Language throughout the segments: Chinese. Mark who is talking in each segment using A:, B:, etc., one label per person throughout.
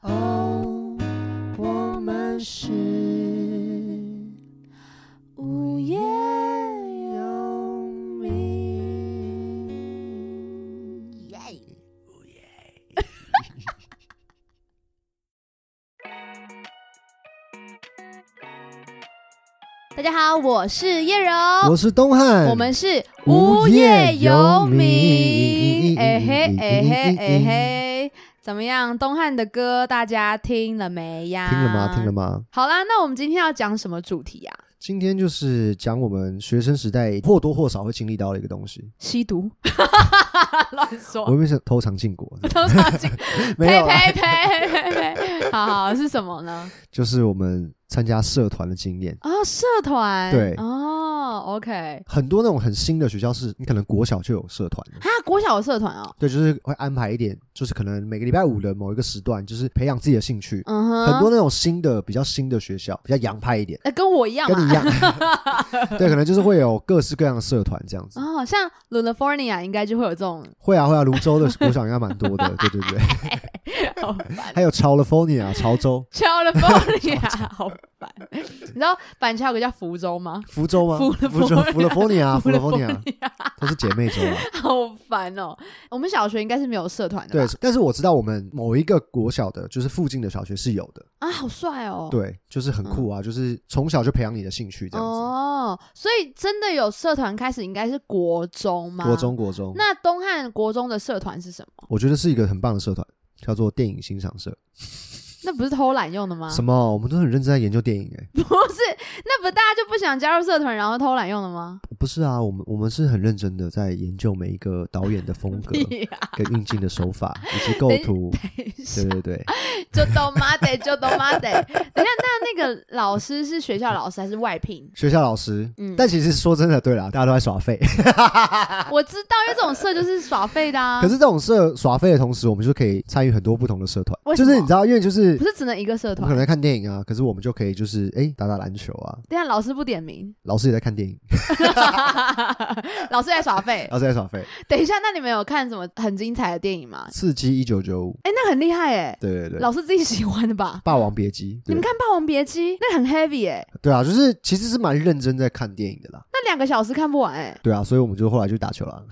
A: 哦我们是无业游民。耶！
B: 大家好，我是叶柔，
C: 我是东汉，
B: 哦我们是
C: 无
B: 无
C: 业
B: 业
C: 游
B: 游
C: 民
B: 民。哎嘿哎嘿哎嘿，怎么样？东汉的歌大家听了没呀？
C: 听了吗？听了。吗？
B: 好啦，那我们今天要讲什么主题啊？
C: 今天就是讲我们学生时代或多或少会经历到的一个东西，
B: 吸毒， 乱说
C: 我。们是偷尝禁果，
B: 都上进，
C: 没有啦，
B: 哦
C: 啊
B: 呸呸呸呸呸 呸！好好是什么呢？
C: 就是我们参加社团的经验。
B: 哦，社团，
C: 对
B: 哦，OK，
C: 很多那种很新的学校是，你可能国小就有社团了
B: 哈，国小有社团哦，
C: 对，就是会安排一点，就是可能每个礼拜五的某一个时段，就是培养自己的兴趣。
B: 嗯哼，
C: 很多那种新的、比较新的学校，比较洋派一点，
B: 呃跟我一样
C: 跟你
B: 嘛
C: 一， 样，对，可能就是会有各式各样的社团这样子。
B: 哦，像 California 应该就会有这种，
C: 会啊会啊，泸州的国小应该蛮多的，对对对，
B: 好烦
C: 还有 California 潮州、
B: ，California 啊 好烦，你知道板桥有个叫福州吗？
C: 福州吗？
B: 福
C: 福州、
B: 福
C: 福勒佛尼啊亚、福勒佛尼亚
B: California
C: 都是姐妹州啊。
B: 好烦哦，我们小学应该是没有社团的
C: 对
B: 吧？，
C: 但是我知道我们某一个国小的，就是附近的小学是有的。
B: 啊，好帅哦，。
C: 对，就是很酷啊，就是从小就培养你的兴趣这样子。
B: 哦，所以真的有社团开始，应该是国中吗？
C: 国中，国中，
B: 那东汉国中的社团是什么？
C: 我觉得是一个很棒的社团，叫做电影欣赏社。
B: 那不是偷懒用的吗？
C: 什么？我们都很认真在研究电影哎、
B: 不是，那不大家就不想加入社团，然后偷懒用的吗？
C: 不是啊，我们我们是很认真的在研究每一个导演的风格
B: 屁 呀、
C: 跟运镜的手法以及构
B: 等一
C: 图。
B: 等一下
C: 对，对对，
B: 哎就懂妈得，就懂妈得。等一下，那那个老师是学校老师还是外聘？
C: 学校老师。
B: 嗯
C: 但其实说真的，对啦，大家都在耍废。
B: 我知道，因为这种社就是耍废的啊。
C: 可是这种社耍废的同时，我们就可以参与很多不同的社团。
B: 为什
C: 就
B: 么
C: 是你知道，因为就是
B: 不是只能一个社
C: 我们可
B: 团？
C: 能在看电影啊，可是我们就可以就是哎、诶打打篮球啊，
B: 等一下老师不点名，
C: 老师也在看电影，
B: 老师在耍 废。
C: 老师在耍废，
B: 等一下，那你们有看什么很精彩的电影吗？
C: 刺激一九九五，
B: 哎、那很厉害哎、
C: 对对对，
B: 啊
C: 《
B: 老师自己喜欢的吧？
C: 霸王别姬》
B: 你
C: 对
B: 们看《霸王别姬》，那很 heavy 哎、
C: 对啊，就是其实是蛮认真在看电影的啦，
B: 那两个小时看不完 哎、
C: 对啊，所以我们就后来就打球 了，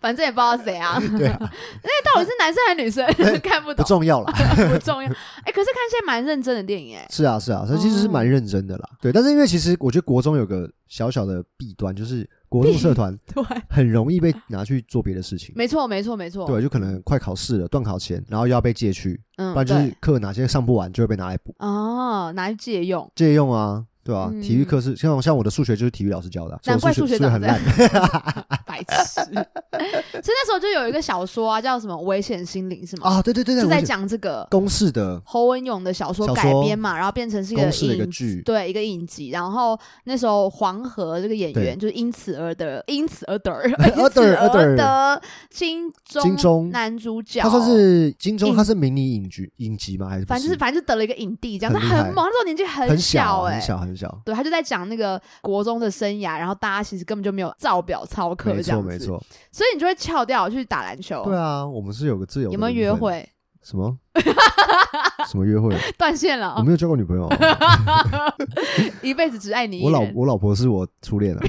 B: 反正也不知道谁 啊。
C: 对啊，
B: 到底是男生还是女 生看不
C: 不
B: 懂，
C: 重要啦，
B: 不重要。哎、可是看起来蛮认真的电 影哎、
C: 是啊是啊，所以其实是蛮认真的
B: 哦
C: 啦，对，但是因为其实我觉得国中有个小小的弊端，就是国中社团
B: 对，
C: 很容易被拿去做别的事情。
B: 没错，没错，没错。
C: 对，就可能快考试了，断考前，然后又要被借去，
B: 哦嗯，
C: 不然就是
B: 对
C: 课哪些上不完就会被拿来补
B: 哦，拿去借用。
C: 借用啊，对吧、
B: 嗯
C: 体育课是像像我的数学就是体育老师教的啊，
B: 难怪
C: 所以我
B: 数学
C: 数学
B: 长
C: 很
B: 这样
C: 烂，
B: 白痴。所以那时候就有一个小说啊，叫什么《危险心灵》是吗？
C: 啊，对对对对，
B: 就
C: 我
B: 在
C: 想
B: 讲这个
C: 公式的
B: 侯文勇的小说
C: 小
B: 改
C: 说
B: 编嘛，然后变成是一个
C: 公式的一个
B: 影
C: 剧，
B: 对一个影集，然后那时候黄河这个演员就是因此而得，因此而得， 因此
C: 而得
B: 而得金钟
C: 金钟
B: 男主角，
C: 他算是金钟，
B: 影
C: 他是迷你影剧影集吗？还是不
B: 反正就是反正就得了一个影帝，这样他
C: 很厉害
B: 很猛，那时候年纪很
C: 很
B: 小
C: 啊
B: 哎、
C: 很小很小，
B: 对，他就在讲那个国中的生涯，然后大家其实根本就没有照表操课这
C: 没错
B: 样子，
C: 没错，
B: 所以你就会翘掉去打篮球，
C: 对啊，我们是有个自由的
B: 有没有
C: 部分
B: 约？会？
C: 什么？什么约会？
B: 断线了
C: 我
B: 哦，
C: 没有交过女朋友啊，
B: 一辈子只爱你一
C: 我老
B: 人。
C: 我老婆是我初恋啊，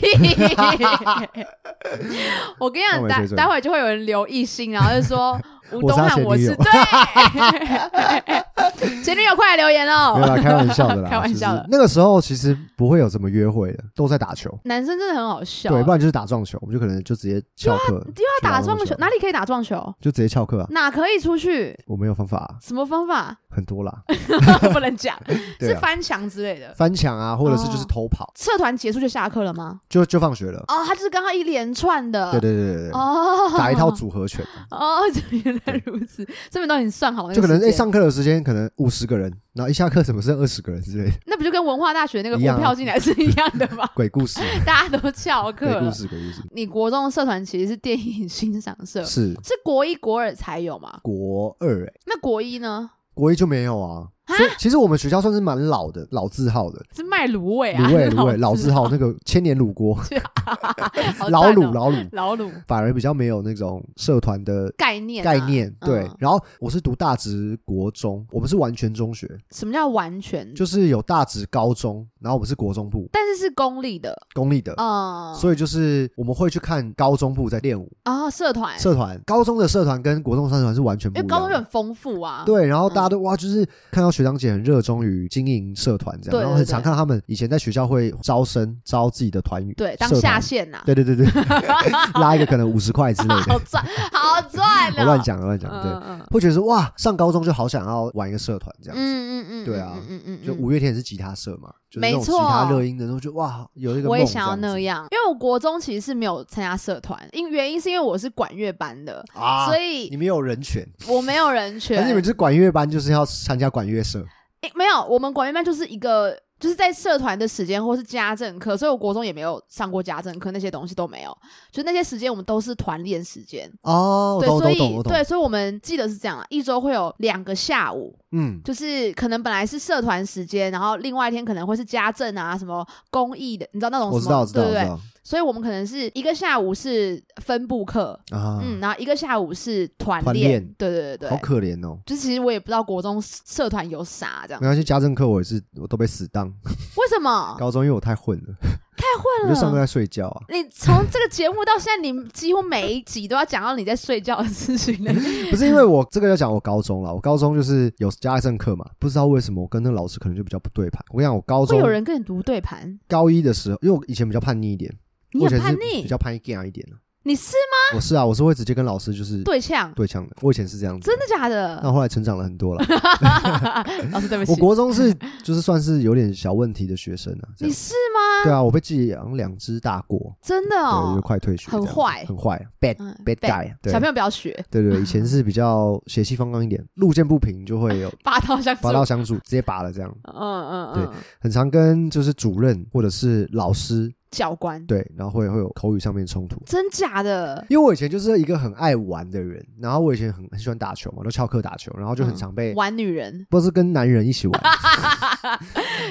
B: 我跟你
C: 那
B: 讲，
C: 我也
B: 待
C: 追追
B: 待会儿就会有人留一心，然后就 说吴
C: 我
B: 东
C: 是他
B: 汉
C: 前
B: 我
C: 女
B: 是
C: 友
B: 对， 前女友快来留言
C: 没有
B: 哦。
C: 啦，开玩 笑的啦，
B: 开玩笑的
C: 就是那个时候其实不会有怎么约会的，都在打球，
B: 男生真的很好笑，
C: 对，不然就是打撞球，我们就可能就直接翘课，
B: 就要打撞
C: 去
B: 球，哪里可以打撞球？
C: 就直接翘课啊。
B: 哪可以出去？
C: 我没有方法啊、
B: 什么方法
C: 很多啦，
B: 不能讲？
C: 对
B: 是
C: 啊，
B: 翻墙之类的。
C: 翻墙啊，或者是
B: 哦
C: 就是偷跑，
B: 社团结束就下课了吗？
C: 就就放学了。
B: 哦，他就是刚刚一连串的，
C: 对对对对对，
B: 哦，
C: 打一套组合拳，啊
B: 哦， 原来如此，这边都已经算好那个
C: 就可能哎、
B: 时间
C: 上课的时间可能五十个人，然后一下课怎么剩二十个人之类的，
B: 那不就跟文化大学那个股
C: 一样啊
B: 票进来是一样的吗？
C: 鬼故事，啊
B: 大家都翘课
C: 鬼故
B: 了。
C: 事，鬼故事，
B: 你国中的社团其实是电影欣赏社，
C: 是
B: 是国一、国二才有嘛？
C: 国二哎、
B: 那国一呢？
C: 国一就没有啊。所以其实我们学校算是蛮老的，老字号的，
B: 是卖卖卤味啊，
C: 卤味卤味，老字
B: 字
C: 号那个千年卤锅，
B: 哦
C: 老卤老卤，
B: 老卤
C: 反而比较没有那种社团的
B: 概念啊
C: 概念。对
B: 嗯，
C: 然后我是读大直国中，我们是完全中学，
B: 什么叫完全？
C: 就是有大直高中，然后我们是国中部
B: 但是是公立的，
C: 公立的，
B: 嗯，
C: 所以就是我们会去看高中部在练舞
B: 啊社团，
C: 社团，高中的社团跟国中社团是完全不
B: 因为
C: 一
B: 哎高中就
C: 样的。
B: 很丰富啊，
C: 对，然后大家都哇，就是看到学长姐很热衷于经营社团这样，
B: 对
C: 然后
B: 对
C: 很
B: 对
C: 常看到他们以前在学校会招生，招自己的团员，
B: 对，当
C: 社
B: 下哦
C: 团
B: 线呐，
C: 对对对对，拉一个可能五十块之类的，
B: 好赚，好赚哦，
C: 我乱讲的乱讲，
B: 嗯，
C: 对，
B: 嗯
C: 会觉得说哇，上高中就好想要玩一个社团这
B: 嗯
C: 样子。
B: 嗯嗯，
C: 对啊
B: 嗯嗯嗯，嗯
C: 就五月天也是吉他社嘛，就是
B: 没
C: 那种吉
B: 错
C: 他热音的，然后就哇有一个
B: 我
C: 梦
B: 也想要
C: 这
B: 那
C: 样
B: 样，因为我国中其实是没有参加社团，因原因是因为我是管乐班的，
C: 子啊，
B: 所
C: 你
B: 以
C: 们有人权，
B: 我没有 人
C: 但是你
B: 权
C: 们。是管乐班，就是要参加管乐社
B: 诶没有，我们管乐班就是一个就是在社团的时间或是家政课，所以我国中也没有上过家政课，那些东西都没有，就那些时间我们都是团练时间。
C: 哦，
B: 对，
C: 懂
B: 所
C: 懂懂，
B: 以
C: 我懂，
B: 对，所以我们记得是这样啊，一周会有两个下午，
C: 嗯，
B: 就是可能本来是社团时间，然后另外一天可能会是家政啊、什么公益的，你知道那种
C: 我
B: 什
C: 知
B: 么
C: 道，我知道，
B: 对
C: 我
B: 不
C: 知
B: 对？
C: 道
B: 所以我们可能是一个下午是分部课，
C: 啊，
B: 嗯，然后一个下午是团
C: 团
B: 练，
C: 练
B: 对对对
C: 好
B: 对，
C: 可怜哦。
B: 就其实我也不知道国中社团有啥 这样
C: 没，关系，家政课我也是，我都被死当。
B: 为什么？
C: 高中因为我太混了，
B: 嗯
C: 我
B: 太
C: 就上
B: 混
C: 课
B: 了。
C: 在睡觉啊。
B: 你从这个节目到现在，你几乎每一集都要讲到你在睡觉的事情了。
C: 不是因为我这个要讲我高中了，我高中就是有家政课嘛，不知道为什么我跟那个老师可能就比较不对盘。我跟 你讲，我高
B: 会
C: 中
B: 有人跟你读对盘，
C: 高一的时候，因为我以前比较叛逆一点，
B: 你
C: 我以
B: 很
C: 前
B: 叛
C: 是比
B: 逆，
C: 较叛逆 gay 一点的。
B: 你是
C: 我是啊，我是会直接跟老师就是
B: 对象，
C: 对呛的。我以前是这样子，
B: 真的假
C: 但
B: 的？
C: 后来成长了很多了。
B: 老师，对 不
C: 哦我
B: 起，
C: 国中是就是算是有点小问题的学生啊，这
B: 你
C: 样
B: 是吗？
C: 对啊，我被记好像两只大过，
B: 真的
C: 对，就
B: 哦，
C: 快退学这
B: 很
C: 样子，
B: 坏
C: 很坏，bad
B: 嗯
C: bad
B: bad
C: guy，对
B: 小朋友不要学，
C: 对对，以前是比较血气方刚一点，路见不平就会有
B: 拔刀相助。
C: 拔刀相助，直接拔了这样，
B: 嗯嗯
C: 对
B: 嗯，
C: 很常跟就是主任或者是老师
B: 教官，
C: 对，然后会会有口语上面冲突。
B: 真假的？
C: 因为我以前就是一个很爱玩的人，然后我以前很很喜欢打球嘛，都翘课打球，然后就很常被、
B: 玩女人，
C: 不是跟男人一 起玩，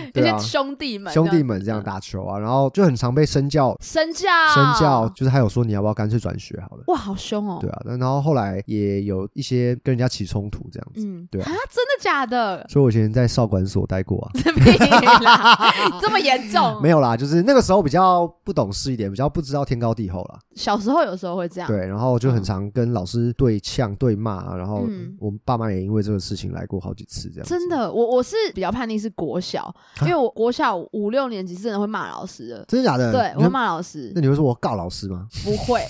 B: 一
C: 对啊
B: 些兄弟们，
C: 兄弟们这样打球啊，然后就很常被身教，
B: 身嗯教，
C: 身教，就是还有说你要不要干脆转学好了，
B: 哇，好凶哦。
C: 对啊，那然后后来也有一些跟人家起冲突这样子，
B: 嗯，
C: 对啊？
B: 真的假的
C: 所以我以前在少管所待过啊，
B: 屁啦，这么严重？
C: 没有啦，就是那个时候比较不懂事一点，比较不知道天高地厚啦，
B: 小时候有时候会这样。
C: 对，然后就很常跟老师对呛对骂啊，然后
B: 嗯
C: 我们爸妈也因为这个事情来过好几次这样子，
B: 真的，我我是比较叛逆，是国小，
C: 啊
B: 因为我国小五六年级是真的会骂老师的，
C: 真的假的？
B: 对我
C: 你
B: 会
C: 会
B: 骂老师
C: 嗯那，你会说我告老师吗？
B: 不 会。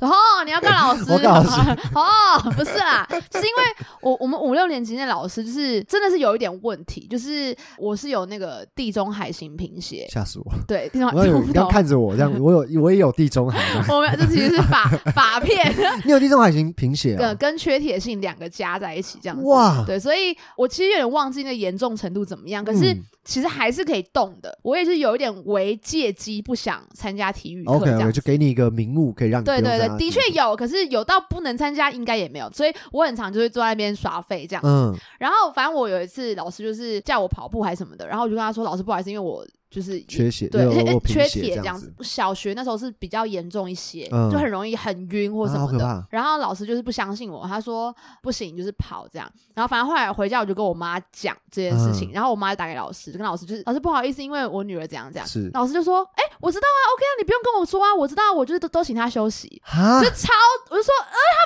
B: 然后你要告老师，
C: 我告老师
B: 哦，不是啦，就是因为我我们五六年级那老师就是真的是有一点问题，就是我是有那个地中海型贫血，
C: 吓死我！了！
B: 对，地中海
C: 我有
B: 听
C: 你
B: 不
C: 刚
B: 懂。
C: 看着我这样，我有我也有地中海这样，
B: 我们这其实是 法法片，
C: 你有地中海型贫血
B: 跟
C: 啊？
B: 跟缺铁性两个加在一起这样子。
C: 哇！
B: 对，所以我其实有点忘记那个严重程度怎么样，可是
C: 嗯
B: 其实还是可以动的。我也是有一点为借机不想参加体育课
C: OK
B: 这
C: OK，
B: 样
C: 就
B: 子。
C: 给你一个名目，可以让你
B: 对
C: 不
B: 对
C: 用
B: 对
C: 在，那
B: 的确有，可是有到不能参加，应该也没有，所以我很常就是坐在那边耍废这样。
C: 嗯
B: 然后反正我有一次老师就是叫我跑步还是什么的，然后我就跟他说：“老师，不好意思，因为我就是
C: 缺血，
B: 对，
C: 有
B: 而且哎
C: 有贫
B: 缺
C: 血
B: 铁
C: 这样
B: 子。。小学那时候是比较严重一些，
C: 嗯
B: 就很容易很晕或什
C: 啊好
B: 么
C: 可
B: 的。
C: 怕
B: 然后老师就是不相信我，他说不行，就是跑这样。然后反正后来回家我就跟我妈讲这件事
C: 嗯
B: 情，然后我妈就打给老师，就跟老师就是老师不好意思，因为我女儿怎样怎样。
C: 是
B: 老师就说：“哎、我知道啊，OK 啊，你不用跟我说啊，我知道啊，我就是都都请他休 息。”
C: 啊
B: 就，超，我就说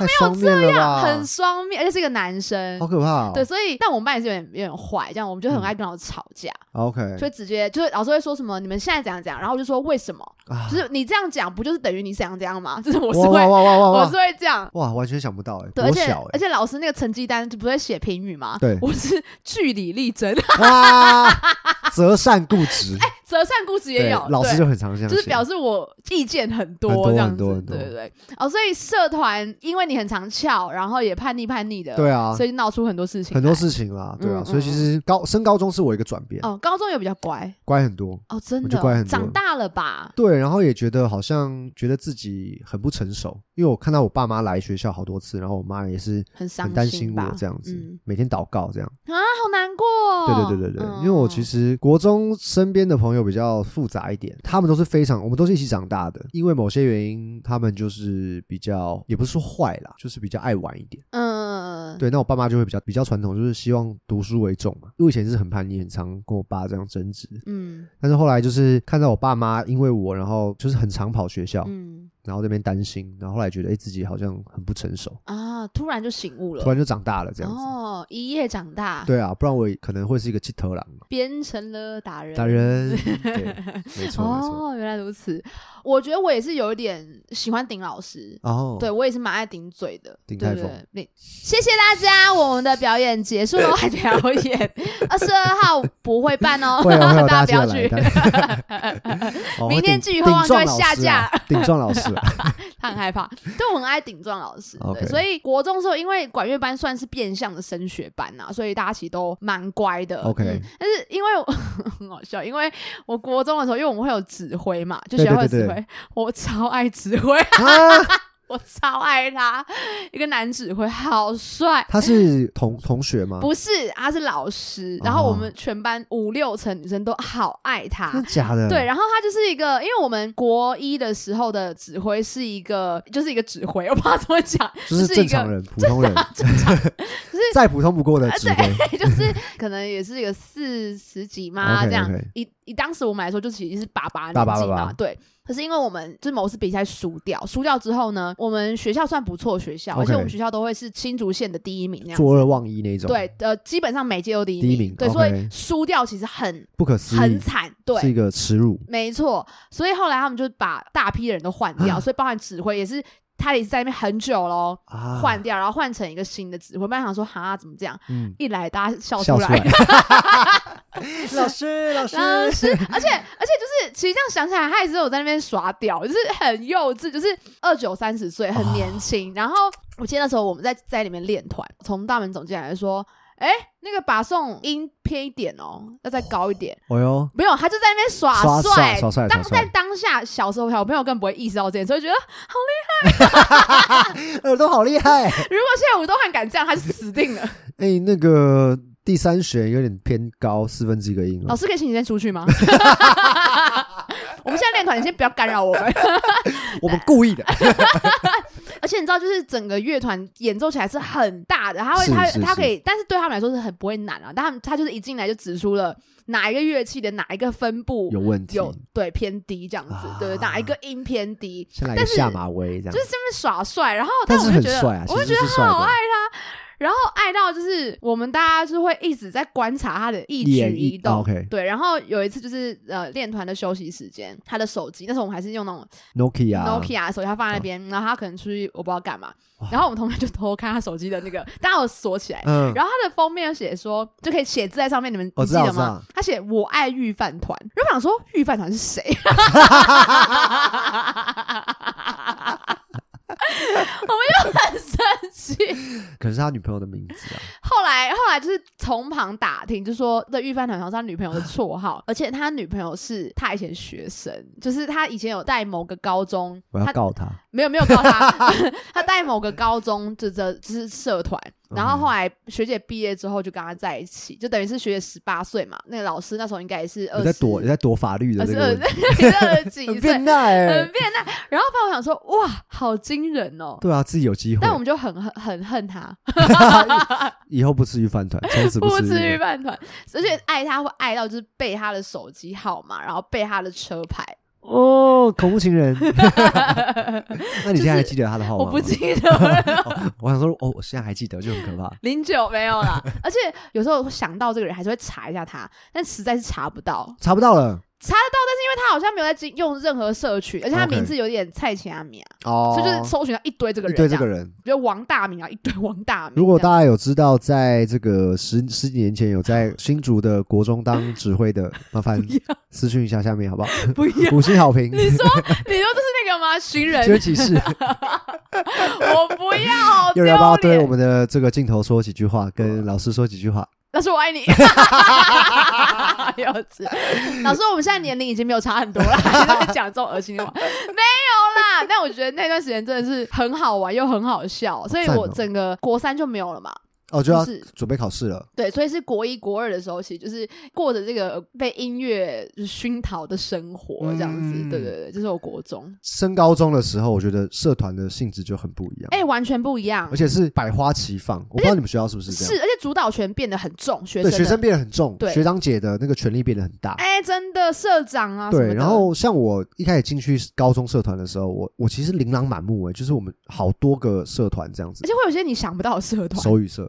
C: 太双面了吧？
B: 很双面，而且是一个男生
C: 啊好，嗯可怕哦。
B: 对，所以但我们班也是有点有点坏，这样我们就很爱跟老师吵架，
C: ，OK，
B: 就会直接就是老师会说什么你们现在怎样怎样，然后我就说为什么，
C: 啊
B: 就是你这样讲，不就是等于你想这样吗？ 就是我是
C: 哇哇
B: 会，
C: 哇哇哇
B: 我
C: 哇
B: 是会这样。
C: 哇，完全想不到哎，
B: 对，而
C: 多
B: 且
C: 小
B: 而
C: 哎，
B: 且老师那个成绩单就不会写评语吗？
C: 对
B: 我是据理力争，
C: 哇，择善固执，
B: 折扇故事哎也
C: 对
B: 有，
C: 老师
B: 对
C: 就很常这样写，
B: 就是表示我意见很多
C: 很多
B: 这样
C: 很多
B: 子
C: 很，多
B: 对对对。哦，所以社团因为你很常翘，然后也叛逆叛逆的，
C: 对啊
B: 所以闹出很多事情来，
C: 很多事情啦，对啊，
B: 嗯
C: 所以其实高升高中是我一个转变，
B: 哦。高中也比较乖
C: 乖很多。
B: 哦，真
C: 我就乖
B: 的
C: 很，多
B: 长大了吧？
C: 对，然后也觉得好像觉得自己很不成熟，因为我看到我爸妈来学校好多次，然后我妈也是
B: 很伤
C: 很担
B: 心
C: 心
B: 吧
C: 我这样子，
B: 嗯
C: 每天祷告这样。
B: 啊，好难过哦。
C: 对对对对对，
B: 嗯
C: 因为我其实国中身边的朋友比较复杂一点，他们都是非常，我们都是一起长大的，因为某些原因，他们就是比较，也不是说坏啦，就是比较爱玩一点。
B: 嗯，
C: 对，那我爸妈就会比较比较传统，就是希望读书为重嘛。因为我以前是很叛逆，很常跟我爸这样争执，
B: 嗯
C: 但是后来就是看到我爸妈因为我，然后就是很常跑学校，
B: 嗯
C: 然后这边担心，然后后来觉得哎、诶自己好像很不成熟，
B: 啊，突然就醒悟了
C: 突，然就长大了这样子。
B: 哦，一夜长大，
C: 对啊，不然我也可能会是一个气头狼，
B: 变成了打人，
C: 打。人，对，没错没错。
B: 哦，原来如此。我觉得我也是有一点喜欢顶老师，
C: 哦，
B: 对我也是蛮爱顶嘴的，对
C: 顶
B: 对
C: 泰丰
B: 对。你谢谢大家，我们的表演结束 了，还表演，二十二号不会办哦，
C: 会有啊会 有
B: 大家
C: 大
B: 不
C: 家
B: 要
C: 记
B: 去
C: 得，来。哦
B: 明天
C: 顶
B: 寄予厚望就会下架。
C: 顶撞老师 啊顶撞老师啊，
B: 他很害怕。对我很爱顶撞老师，对，
C: OK
B: 所以国中的时候，因为管乐班算是变相的升学班呐、所以大家其实都蛮乖的。
C: OK
B: 嗯但是因为我很好笑，因为我国中的时候，因为我们会有指挥嘛，就
C: 对
B: 学校会有
C: 对
B: 指
C: 对
B: 挥，我超爱指挥，
C: 啊
B: 我超爱他，一个男指挥，好帅。
C: 他是同同学吗？
B: 不是，他是老师，然后我们全班五六成女生都好爱他，
C: 哦真的假的？
B: 对，，然后他就是一个，因为我们国一的时候的指挥是一个，就是一个指挥，我不知道怎么讲，就
C: 就
B: 是是
C: 正
B: 一
C: 常
B: 个
C: 人、普通人， 再普通不过的指挥。
B: 就是 可能也是一个四十几嘛
C: OK，
B: 这样
C: OK。
B: 以以当时我们来说，就其实是爸爸
C: 爸
B: 年
C: 爸
B: 纪
C: 爸
B: 嘛，
C: 爸
B: 对。可是因为我们就是某次比赛输掉，输掉之后呢，我们学校算不错的学校，而且
C: OK
B: 我们学校都会是新竹县的第一名那样
C: 作
B: 子。
C: 恶忘一那种，，
B: 对，呃，基本上每届都第一
C: 第一名
B: 对，
C: OK
B: 所以输掉其实很
C: 不可思
B: 很
C: 议，
B: 惨，对，
C: 是一个耻辱。
B: 没错，所以后来他们就把大批的人都换 掉，所以包含指挥也是，他也是在那边很久咯，
C: 啊，
B: 换掉，然后换成一个新的指挥。班想说，哈，怎么这样？
C: 嗯，
B: 一来大家笑
C: 笑
B: 出
C: 出
B: 来，
C: 来。 老师， 老师，
B: 老师，呃而且而且就是，其实这样想起来，他也是有在那边耍屌，就是很幼稚，就是二九三十岁，很年轻。然后我记得那时候我们在在里面练团，从大门走进来说，哎、那个把送音偏一点哦，要再高一点。
C: 哦哟，
B: 没有，他就在那边耍
C: 耍
B: 帅，
C: 耍耍帅
B: 当
C: 耍帅
B: 在当下，小时候小朋友更不会意识到这点，所以觉得
C: 耳朵好厉害。
B: 如果现在武东汉敢这样，他就死定了。
C: 哎，那个第三弦有点偏高，四分之一个音
B: 老
C: 了。
B: 师可以请你先出去吗？ 我们现在练团，你先不要干扰我们。
C: 我们故意
B: 哎
C: 的，
B: 而且你知道，就是整个乐团演奏起来是很大的，他会
C: 是
B: 他
C: 是
B: 他
C: 是
B: 可以，但是对他们来说是很不会难啊。但他们他就是一进来就指出了哪一个乐器的哪一个分布
C: 有问题。
B: 有对偏低这样子，对
C: 啊
B: 哪一个音偏低，
C: 先来
B: 但
C: 个
B: 是
C: 下马威这样
B: 就。是这边耍帅。然后
C: 但
B: 我
C: 是
B: 就
C: 很
B: 觉得，
C: 帅啊，
B: 我就
C: 其
B: 觉
C: 实
B: 得
C: 是帅的
B: 好爱然后爱到就是我们大家就会一直在观察他的一举
C: 演
B: 一
C: 绎哦
B: 动。
C: OK
B: 对，然后有一次就是呃练团的休息时间，他的手机那时候我们还是用那种
C: Nokia 啊嗯
B: Nokia 的手机，他放在那边，然后他可能出去我不知道干嘛，然后我们同学就偷看他手机的那个，但我锁起来。
C: 嗯，
B: 然后他的封面有写说，就可以写字在上面，你们
C: 我
B: 你
C: 哦知
B: 记
C: 道
B: 得
C: 我
B: 吗
C: 知？
B: 他写“我爱御饭团”，然后我想说御饭团是谁？ 我们就很生气。
C: 可是他女朋友的名字啊，
B: 后来后来就是从旁打听，就说这御饭团好像是他女朋友的绰号，而且他女朋友是他以前学生，就是他以前有带某个高中，
C: 我要
B: 他
C: 告他。
B: 没有没有告他，他带某个高中就这就是社团，然后
C: OK
B: 后来学姐毕业之后就跟他在一起，就等于是学姐十八岁嘛，那个老师那时候应该也是二
C: 你
B: 十
C: 在躲，你在躲法律的
B: 二
C: 这
B: 十
C: 个
B: 二
C: 问题，
B: 二十几
C: 很
B: 岁，很
C: 变态欸。
B: 变态。然后反正我想说，哇，好惊人哦！
C: 对啊，自己有机会
B: 但，我们就很很很恨他，
C: 以后不吃鱼饭团，从此
B: 不
C: 吃
B: 至于
C: 鱼饭。
B: 饭团，而且爱他会爱到就是背他的手机号码，然后背他的车牌，
C: 哦，恐怖 情人。那你现在还记得他的号
B: 我
C: 码吗？
B: 不记得了。
C: 哦。我想说， 哦，我现在还记得，就很可怕。
B: 零九没 有啦，而且有时候想到这个人，还是会查一下他，但实在是查不到。
C: 查不到了，
B: 查得到，但是因为他好像没有在经用任何社群，而且他
C: OK
B: 名字有点蔡奇阿米啊
C: 哦，
B: 所以就是搜寻到一堆这个
C: 一
B: 人，
C: 堆这个，人。
B: 比如王大明啊，一堆王大明。
C: 如果
B: 这样
C: 大家有知道，在这个
B: 嗯
C: 十十几年前有在新竹的国中当指 挥的，麻烦私讯一下下面好不好？
B: 不一样，
C: 五星好评，
B: 你说你说这是那个吗？寻人，
C: 就 启示。
B: 我不要，好
C: 有
B: 丢
C: 人要不要对
B: 脸
C: 我们的这个镜头说几句话，跟老师说几句话？
B: 老师我 爱你，幼稚。老师，我们现在年龄已经没有差很多了， 还在讲这种恶心的话，没有啦。但我觉得那段时间真的是很好玩又很好笑，所以
C: 赞哦
B: 我整个国三就没有了嘛。
C: 哦，就要
B: 就是
C: 准备考试了。
B: 对，所以是国一国二的时候，其实就是过着这个被音乐熏陶的生活，这样子。
C: 嗯
B: 对对对，这是我国中，
C: 升高中的时候，我觉得社团的性质就很不一样，
B: 哎、完全不一样
C: 而。且是百花齐放。我不知道你们学校是不是这
B: 是，
C: 样？
B: 而且主导权变得很重，学
C: 对，
B: 生的
C: 学生变得很重，
B: 对
C: 学长姐的那个权力变得很大。
B: 哎、真的社长啊，什么
C: 对，
B: 的
C: 然后像我一开始进去高中社团的时候，我我其实琳琅满目哎，就是我们好多个社团这样子
B: 而，且会有些你想不到的社团，啊
C: 手语社。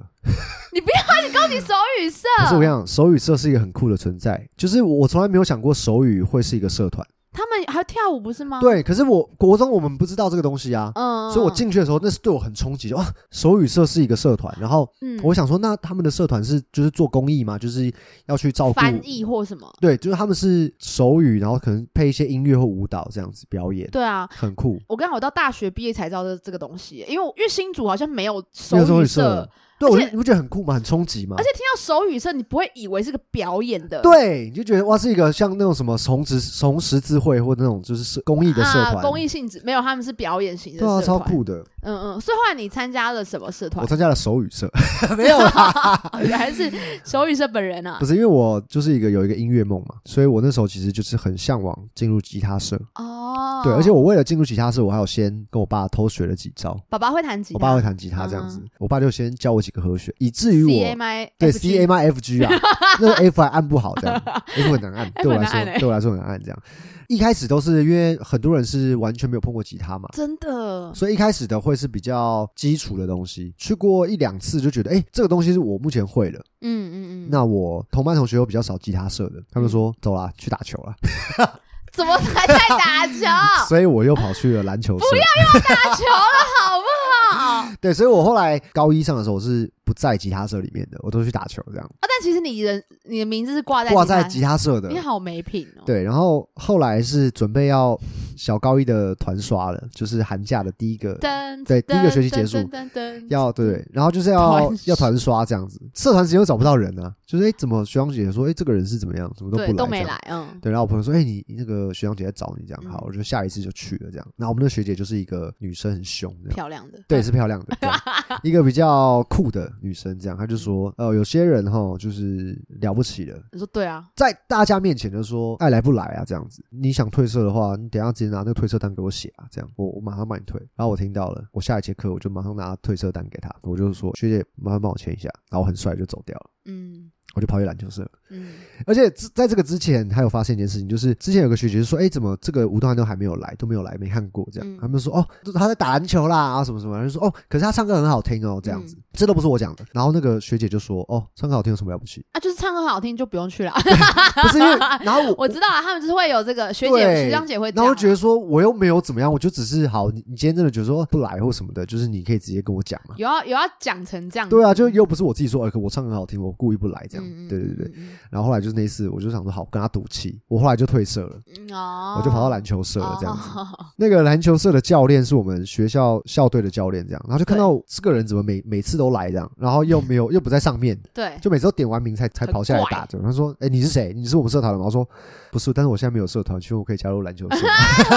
B: 你不要你高级手语社，
C: 可是我跟你讲，手语社是一个很酷的存在，就是我从来没有想过手语会是一个社团。
B: 他们还有跳舞不是吗？，
C: 对，可是我国中我们不知道这个东西啊，
B: 嗯，
C: 所以我进去的时候，那是对我很冲击，就啊，手语社是一个社团，然后
B: 嗯
C: 我想说，那他们的社团是就是做公益嘛，就是要去照顾。
B: 翻译或什么，
C: 对，就是他们是手语，然后可能配一些音乐或舞蹈这样子表演，
B: 对啊。
C: 很酷。
B: 我刚好我到大学毕业才知道这这个东西，因为我因为新竹好像没有手
C: 没有手
B: 语
C: 语
B: 社
C: 社，，啊对，我
B: 而
C: 就
B: 且
C: 你不觉得很酷吗？很冲击吗
B: 而？且听到手语社，你不会以为是个表演的，
C: 对，你就觉得哇，是一个像那种什么红十红十字会或那种就是社公益的社
B: 啊，
C: 团，
B: 公益性质没有，他们是表演型的
C: 对啊，
B: 社团，
C: 超酷的。
B: 嗯嗯，所以后来你参加了什么社团
C: 我？参加了手语社， 没有啦，
B: 原来是手语社本人啊
C: 不！是因为我就是一个有一个音乐梦嘛，所以我那时候其实就是很向往进入吉他社。
B: 哦，
C: 对，而且我为了进入吉他社，我还有先跟我爸偷学了几招。
B: 爸爸会弹吉他，嗯
C: 我爸会弹吉他这样子，我爸就先教我几个和弦，以至于
B: C A
C: 我
B: M I
C: 对 C A
B: 吗？
C: M I F G 啊，那个 F 还按不好，这样 F 很难按，对我来
B: F 很难按欸
C: 说对我来说很难按这样。一开始都是因为很多人是完全没有碰过吉他嘛。
B: 真的，
C: 所以一开始的会是比较基础的东西，去过一两次就觉得，哎、这个东西是我目前会了。
B: 嗯嗯嗯，嗯
C: 那我同班同学有比较少吉他社的，他们说走啦，去打球啦。
B: 怎么还在打 球？打
C: 所以我又跑去了篮球社。
B: 球了好不好？哦
C: 对，所以我后来高一上的时候，我是不在吉他社里面的，我都去打球这样，
B: 啊，但其实你人你的名字是挂在
C: 挂
B: 吉他
C: 在吉他社的
B: 你。好没品哦。，
C: 对，然后后来是准备要小高一的团刷了，就是寒假的第一个，
B: 噔，
C: 对第一个学期结束要对对，然后就是要
B: 嗯团
C: 要团刷这样子，社团时间又找不到人啊，就是哎，怎么学长姐说哎这个人是怎么样，怎么都不
B: 对
C: 来，
B: 都没
C: 这样
B: 来，嗯，
C: 对，然后我朋友说：“哎、你你那个学长姐在找你，这样好
B: 嗯，
C: 我就下一次就去了，这样。”然后我们那个学姐就是一个女生，很凶，这样，
B: 漂亮的，
C: 对，是漂亮 的，这样一个比较酷的女生，这样。她就说：“呃，有些人哈，就是了不起了，
B: 你说对啊，
C: 在大家面前就说爱来不来啊，这样子。你想退社的话，你等一下直接拿那个退社单给我写啊，这样我我马上帮你退。”然后我听到了，我下一节课我就马上拿退社单给她，我就说：“学姐，麻烦帮我签一下。”然后我很帅就走掉了，
B: 嗯
C: 我就跑去篮球社了。
B: 嗯，
C: 而且之在这个之前，还有发现一件事情，就是之前有个学姐就说：“哎、怎么这个吴东汉都还没有来，都没有来，没看过这样。
B: 嗯
C: 他们说：“哦，他在打篮球啦，啊什么什么。”然后就说：“哦，可是他唱歌很好听哦，这样
B: 嗯
C: 子。这都不是我讲的。然后那个学姐就说：“哦，唱歌好听有什么了不起？
B: 啊，就是唱歌好听就不用去了。
C: 不是因为……然后我
B: 我知道啊，他们就是会有这个学姐
C: 对
B: 学长姐会这
C: 然
B: 样啊，
C: 后觉得说我又没有怎么样，我就只是好，你你今天真的觉得说不来或什么的，就是你可以直接跟我讲嘛。
B: 有要有要讲成这样子，
C: 对啊，就又不是我自己说，哎、可我唱歌很好听，我故意不来这
B: 嗯
C: 样。对对对。，
B: 嗯
C: 然后后来就是那一次，我就想说好跟他赌气，我后来就退社了，
B: 嗯嗯哦，
C: 我就跑到篮球社了这样子。
B: 子，
C: 那个篮球社的教练是我们学校校队的教练，这样，然后就看到这个人怎么每每次都来这样，然后又没有又不在上面，
B: 对，
C: 就每次都点完名才才
B: 很
C: 跑下来
B: 怪
C: 打这样。他说：“哎、你是谁？你是我们社团的吗？”我说：“不是，但是我现在没有社团，请问我可以加入篮球社吗？”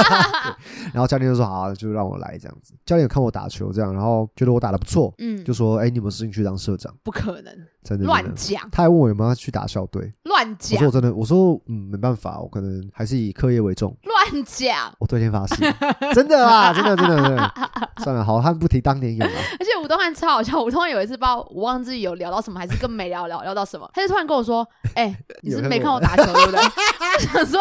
C: 对然后教练就说：“好、啊，就让我来这样子。”教练有看我打球这样，然后觉得我打的不错，
B: 嗯，
C: 就说：“哎、你有没有兴趣当社长
B: 不可能？”
C: 真的真
B: 乱
C: 的
B: 讲
C: 他还问我有没有要去打校队，
B: 乱
C: 我说
B: 讲
C: 我真的，我说嗯，没办法，我可能还是以课业为重。
B: 乱讲，
C: 我对天发誓， 真的啦，真的真的真的。算了，好汉不提当年勇啊！
B: 而且吴东汉超好笑，吴东汉有一次不知道我忘记有聊到什么，还是跟没聊聊聊到什么，他就突然跟我说：“哎、 你是不是没看我打球对不对？”我想说。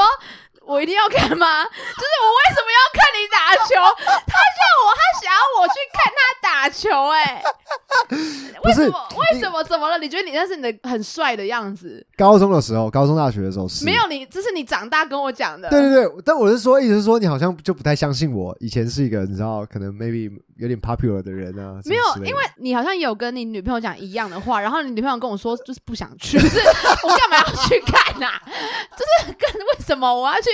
B: 我一定要看吗？就是我为什么要看你打球， 他叫我，他想要我去看他打球、哎， 为什么？为什么？怎么了？你觉得你那是你的很帅的样子？
C: 高中的时候，高中大学的时候是
B: 没。有你，这是你长大跟我讲的。
C: 对对 对，但我是说，意思是说你好像就不太相信我，以前是一个你知道，可能 maybe 有点 popular 的人啊。什么
B: 没有
C: 之，类的
B: 因为你好像有跟你女朋友讲一样的话，然后你女朋友跟我说就是不想去，就是我干嘛要去看呐、啊？就是跟为什么我要去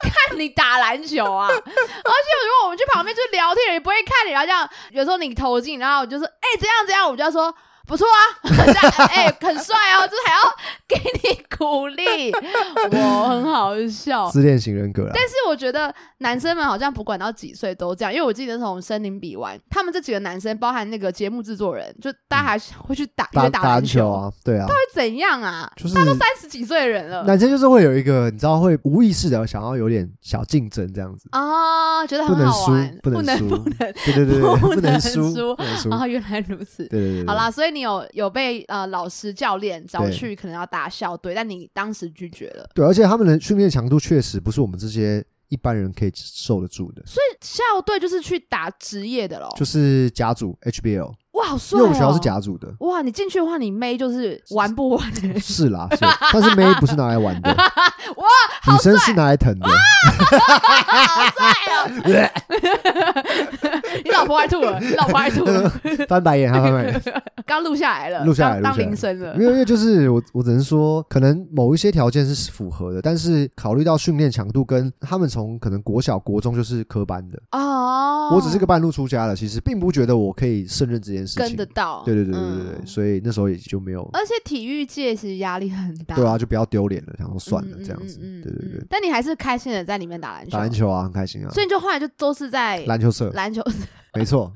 B: 看你打篮球啊？而且如果我们去旁边就聊天，也不会看你，然后这样有时候你投进，然后我就说哎、怎样怎样，我就要说。不错啊，这样哎、很帅哦，就是还要给你鼓励，我很好笑。
C: 自恋型人格啦。
B: 哦但是我觉得男生们好像不管到几岁都这样，因为我记得那时候我们森林比完，他们这几个男生，包含那个节目制作人，就大家还是会去打
C: 嗯打
B: 约打
C: 篮
B: 篮球，
C: 啊，对啊，
B: 会怎样啊？
C: 就是
B: 他都三十几岁的人了
C: 男生就是会有一个你知道会无意识的想要有点小竞争这样子，
B: 啊，觉得
C: 不
B: 很
C: 能
B: 好
C: 输
B: 玩，，
C: 不能输，
B: 不能
C: 对对对对，
B: 不
C: 不
B: 能
C: 能输，
B: 输
C: 不能输，
B: 啊，原来如此。
C: 对对对。对
B: 好，啦，所以你有有被呃老师教练找
C: 对
B: 去，可能要打校队，但你当时拒绝了。
C: 对，而且他们的训练强度确实不是我们这些一般人可以受得住的，
B: 所以校队就是去打职业的咯。
C: 就是甲组 HBL，
B: 哇，好
C: 因
B: 帅、哦！，
C: 为我们学校是甲组的
B: 哇，你进去的话，你妹就是玩不完、欸。
C: 是啦，是，但是妹不是拿来玩的，
B: 哇，
C: 女生是拿来疼的，呃
B: 好帅 哦！你老婆爱吐了，你老婆爱吐了，
C: 翻白眼，她翻白眼。
B: 刚录下来了，
C: 啊录下
B: 当
C: 来录
B: 当
C: 下来
B: 铃声了
C: 没。有，因为就是我，我只能说，可能某一些条件是符合的，但是考虑到训练强度跟他们从可能国小、国中就是科班的，
B: 哦，
C: 我只是个半路出家的，其实并不觉得我可以胜任这件事
B: 跟
C: 情。
B: 得
C: 对
B: 到，
C: 对对对对对，
B: 嗯哎
C: 所以那时候也就没有，
B: 而且体育界其实压力很大，
C: 对啊，
B: 嗯，
C: 就不要丢脸了，想说算了
B: 嗯
C: 这样子，
B: 嗯嗯
C: 对对
B: 嗯
C: 对，
B: 但你还是开心的在里面打篮球，
C: 打篮，球啊，很开心啊，
B: 所以你就后来就都是在
C: 篮球社，
B: 篮球。
C: 没错，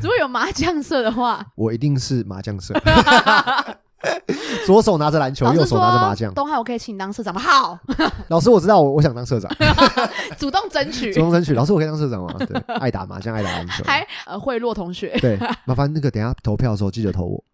B: 如果有麻将社的话，
C: 我一定是麻将社， 左手拿着篮 球，
B: 老
C: 右
B: 师
C: 手
B: 说
C: 拿着麻将。
B: 东汉我可以请你当社长吗？ 好，
C: 老师，我知道，我我想当 社长，
B: 主动争取
C: 主，动争取。老师，我可以当社 长吗？对，爱打麻将，爱打篮球。
B: 还呃贿赂同学，
C: 对，麻烦那个等一下投票的时候记得投 我，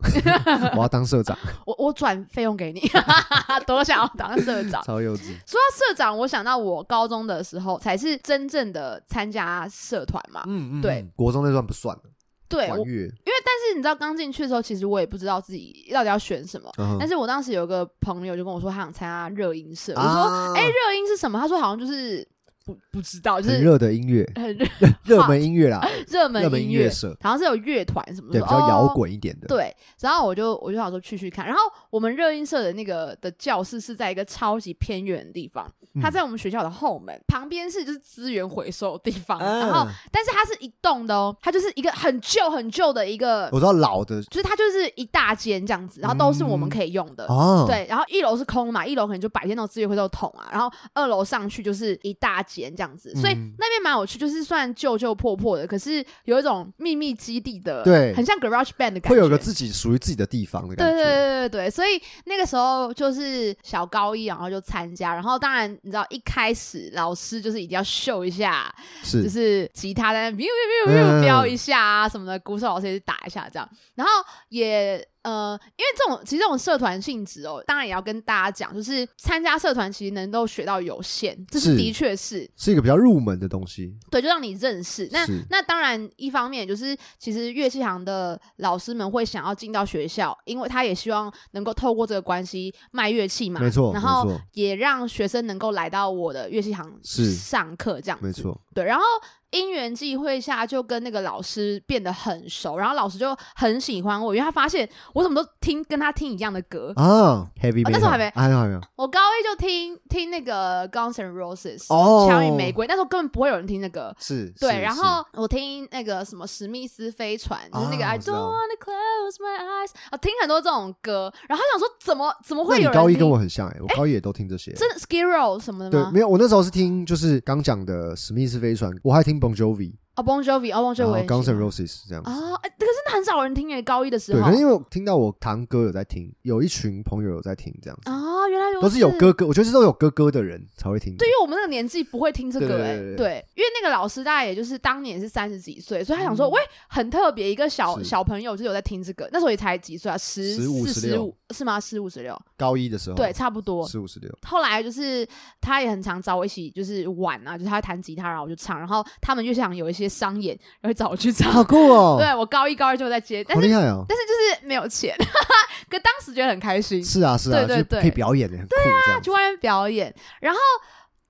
C: 我要当社长，
B: 我我转费用给你， 多想要当社长。
C: 超幼稚。
B: 说到社长，我想到我高中的时候才是真正的参加社团嘛。
C: 嗯
B: 对，
C: 国中那段不算了，
B: 对，我
C: 玩
B: 因
C: 乐。
B: 为但是你知道刚进去的时候，其实我也不知道自己到底要选什么。
C: 嗯哼
B: 但是我当时有个朋友就跟我说，他想参加热音社。我就说，
C: 啊，
B: 哎、热音是什么？他说好像就是不不知道，就
C: 很
B: 是
C: 热的音乐，
B: 很热
C: 热门音乐啦，
B: 热
C: 热
B: 门
C: 门音
B: 音
C: 乐
B: 乐，
C: 社，
B: 好像是有乐团什么的，
C: 对，比较摇
B: 哦
C: 滚一点的。
B: 对，然后我就我就想说去去看，然后我们热音社的那个的教室是在一个超级偏远的地方，它
C: 嗯
B: 在我们学校的后门，旁边是就是资源回收的地方，
C: 啊
B: 然后但是它是一栋的哦，它就是一个很旧很旧的一个，
C: 我知道老的
B: 就是它就是一大间这样子，然后都是我们可以用的。
C: 哦，，
B: 呃对，然后一楼是空的嘛，一楼可能就白天那种资源回收桶啊，然后二楼上去就是一大间这样子，所以
C: 嗯
B: 那边蛮有趣，就是算旧旧破破的，可是有一种秘密基地的，
C: 对
B: 很像 garage band 的感觉，
C: 会有个自己属于自己的地方的感
B: 对对
C: 觉。，
B: 对对对，所以那个时候就是小高一，然后就参加，然后当然你知道一开始老师就是一定要秀一下，就是是吉他在那 biu
C: 嗯
B: biu biu biu 飙一下啊什么的，鼓手老师也是打一下这样，然后也。呃，因为这种其实这种社团性质哦，当然也要跟大家讲，就是参加社团其实能够学到有限，这是
C: 是
B: 的确是
C: 是一个比较入门的东西。
B: 对，就让你认识。那
C: 是
B: 那当然，一方面就是其实乐器行的老师们会想要进到学校，因为他也希望能够透过这个关系卖乐器嘛，
C: 没错，没
B: 然后
C: 错，
B: 也让学生能够来到我的乐器行
C: 是
B: 上课这样子，
C: 没错，
B: 对，然后因缘际会下就跟那个老师变得很熟，然后老师就很喜欢我，因为他发现我怎么都听跟他听一样的歌。
C: 啊，heavy metal，
B: 哦那时候还没
C: 啊还没有还没有
B: 我高一就听听那个 Guns N' Roses，《
C: 哦，
B: 枪与玫瑰》，那时候根本不会有人听那歌，
C: 是，
B: 对，
C: 是
B: 然
C: 是
B: 后我听那个什么史密斯飞船，就是那个
C: 啊
B: I
C: 我
B: don't
C: 知道
B: wanna close my eyes，啊，听很多这种歌，然后想说怎么怎么
C: 那
B: 会
C: 你
B: 有人
C: 高一
B: 听
C: 跟我很像哎，我高一也都听这些。
B: 真的 Skiro 什么的
C: 对，
B: 吗
C: 没？有，我那时候是听就是刚讲的史密斯飞船，我还听 Bon Jovi，
B: 哦，Bon Jovi，哦，Bon
C: 然
B: Jovi，
C: 后
B: 我也
C: 啊 Guns
B: 喜
C: N'
B: 欢
C: Roses 这样子。
B: 啊，哎可是那很少人听诶，高一的时
C: 对，
B: 候
C: 可能因为我听到我堂哥有在听，有一群朋友有在听这样子，
B: 啊，原来如此
C: 都是有哥哥，我觉得是都有哥哥的人才会听。
B: 对，因为我们那个年纪不会听这个、
C: 对
B: 欸，
C: 对对对
B: 对，因为那个老师大概也就是当年是三十几岁，所以他想说，喂，很特别，一个小
C: 嗯是
B: 小朋友就是有在听这个，那时候也才几岁啊，十
C: 15
B: 四十
C: 16
B: 五是吗？十五十六，
C: 高一的时候，
B: 对，差不多。
C: 十五十六，
B: 后来就是他也很常找我一起就是玩啊，就是他会弹吉他，然后我就唱，然后他们就想有一些商演，然后找我去唱。
C: 好酷哦，
B: 对我高一高二就在接，但
C: 好
B: 是
C: 厉害哦。
B: 但是就是没有钱， 可当时觉得很开心。
C: 是啊是啊，
B: 对对
C: 就是
B: 对啊
C: 可以表演的，很酷这样
B: 去
C: 子。
B: 外面表演，然后。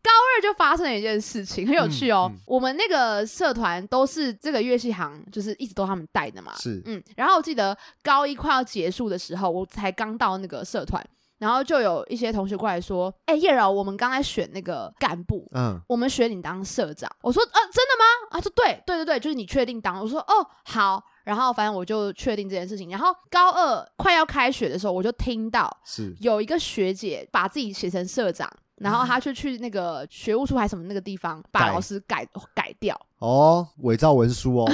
B: 高二就发生了一件事情，很有趣哦。
C: 嗯嗯
B: 我们那个社团都是这个乐器行，就是一直都他们带的嘛。
C: 是
B: 嗯，然后我记得高一快要结束的时候，我才刚到那个社团，然后就有一些同学过来说：“哎、叶柔，我们刚才选那个干部，
C: 嗯，
B: 我们选你当社长。”我说：“呃，真的吗？”啊，说：“对，对对对，就是你确定当。”我说：“哦，好。”然后反正我就确定这件事情。然后高二快要开学的时候，我就听到
C: 是
B: 有一个学姐把自己写成社长，然后她就去那个学务处还是什么那个地方把
C: 嗯改
B: 老师改改掉。
C: 哦，伪造文 书哦，